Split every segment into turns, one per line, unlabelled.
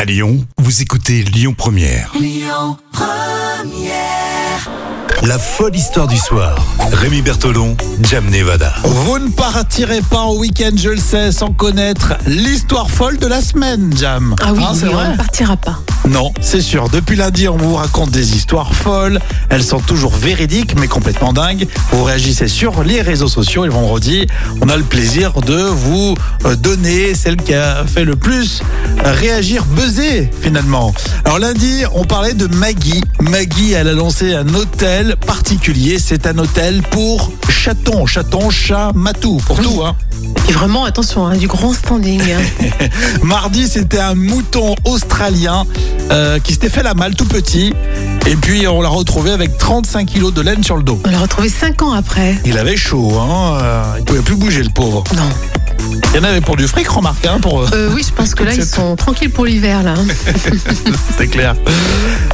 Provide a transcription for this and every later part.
À Lyon, vous écoutez Lyon Première. Lyon Première. La folle histoire du soir. Rémi Bertolon, Jam Nevada.
Vous ne partirez pas en week-end, je le sais, sans connaître l'histoire folle de la semaine, Jam.
Ah oui,
Hein, c'est
mais on
vrai
ne partira pas.
Non, c'est sûr. Depuis lundi, on vous raconte des histoires folles. Elles sont toujours véridiques, mais complètement dingues. Vous réagissez sur les réseaux sociaux et le vendredi, on a le plaisir de vous euh, donner celle qui a fait le plus réagir, buzzer finalement. Alors lundi, on parlait de Maggie. Maggie, elle a lancé un hôtel particulier. C'est un hôtel pour chatons, chatons, chats, matou, pour
Oui.
tout. Hein.
Et vraiment, attention, hein, du grand standing. hein.
Mardi, c'était un mouton australien euh, qui s'était fait la malle tout petit. Et puis, on l'a retrouvé avec 35 kilos de laine sur le dos.
On l'a retrouvé 5 ans après.
Il avait chaud, hein. euh, il pouvait plus bouger, le pauvre.
Non.
Il y en avait pour du fric, remarque, hein, pour eux.
Euh, oui, je pense que là, ils
C'est-
sont tranquilles pour l'hiver. là. hein.
C'est clair.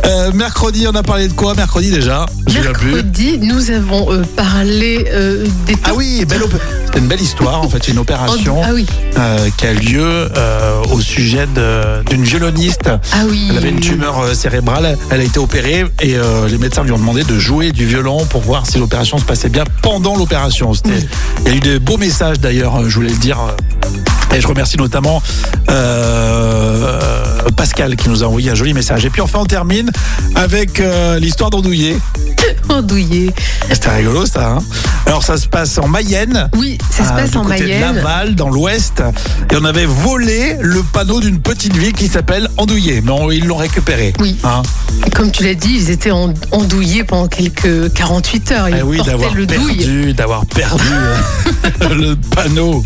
Euh, mercredi, on a parlé de quoi Mercredi déjà Je me souviens plus.
Mercredi, nous avons euh, parlé euh, des
Ah oui, belle opé- C'était une belle histoire, en fait, une opération
Ah oui,
euh, qui a lieu euh, au sujet de- d'une violoniste
ah oui.
Elle avait une tumeur euh, cérébrale, elle a été opérée et euh, les médecins lui ont demandé de jouer du violon pour voir si l'opération se passait bien pendant l'opération. C'était- Il y a eu de beaux messages d'ailleurs, euh, je voulais le dire. euh, Et je remercie notamment euh, Pascal qui nous a envoyé un joli message. Et puis enfin on termine avec euh, l'histoire d'Andouillé.
Andouillé.
C'était rigolo ça. hein Alors ça se passe en Mayenne.
Oui, ça se
euh,
passe
du
en
côté de
Mayenne.
Laval, dans l'ouest. Et on avait volé le panneau d'une petite ville qui s'appelle Andouillé. Mais on- ils l'ont récupéré.
Oui.
Hein
Comme tu l'as dit, ils étaient en- andouillés pendant quelques 48 heures. Ils
Eh oui,
portaient
d'avoir
le douille.
perdu, d'avoir perdu euh, le panneau.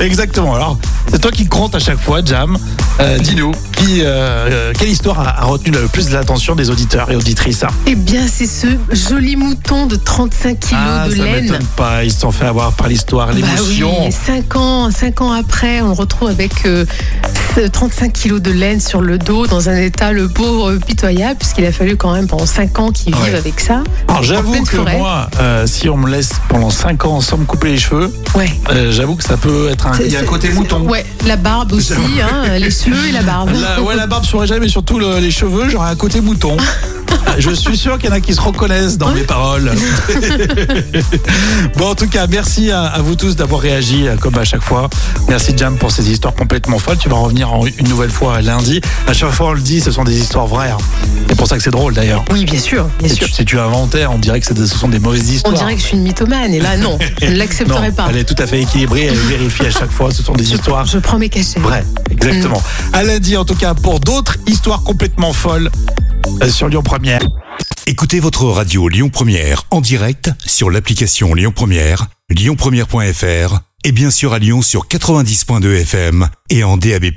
Exactement. Alors, c'est toi qui compte à chaque fois, Jam. Euh, Dis-nous, qui, euh, euh, quelle histoire a, a retenu le plus l'attention des auditeurs et auditrices hein
Eh bien, c'est ce joli mouton de 35 kilos de
Ah, ça
laine.
m'étonne pas. Ils se sont fait avoir par l'histoire, l'émotion.
Bah oui, 5 ans, cinq ans après, on le retrouve avec euh, ce 35 kilos de laine sur le dos, dans un état le pauvre euh, pitoyable, puisqu'il a fallu quand même pendant 5 ans qu'il
Ouais.
vive avec ça.
Alors,
en
j'avoue
pleine
que
forêt.
moi, euh, si on me laisse pendant 5 ans sans me couper les cheveux,
Ouais.
euh, j'avoue que ça peut être un.
C'est-
Il y a un
c'est-
côté
c'est-
mouton.
Ouais, la barbe aussi, hein, les cheveux et la barbe.
La, ouais, la barbe sur jamais, mais surtout le- les cheveux, j'aurais un côté mouton. Je suis sûr qu'il y en a qui se reconnaissent dans mes paroles. bon, en tout cas, merci à, à vous tous d'avoir réagi euh, comme à chaque fois. Merci Jam pour ces histoires complètement folles. Tu vas revenir en- une nouvelle fois lundi. À chaque fois, on le dit, ce sont des histoires vraies. hein. C'est pour ça que c'est drôle d'ailleurs.
Oui, bien sûr, bien
Si
sûr.
tu, si tu inventais, on dirait que c'est des- ce sont des mauvaises
On
histoires.
dirait que je suis une mythomane, et là, non, je ne l'accepterai
non,
pas.
elle est tout à fait équilibrée, elle vérifie à chaque fois, ce sont des histoires
Je prends mes cachets.
Vrai, exactement. Mm. À lundi, en tout cas, pour d'autres histoires complètement folles euh, sur Lyon Première.
Écoutez votre radio Lyon Première en direct sur l'application Lyon Première, lyonpremière.fr et bien sûr à Lyon sur 90.2 FM et en DAB+.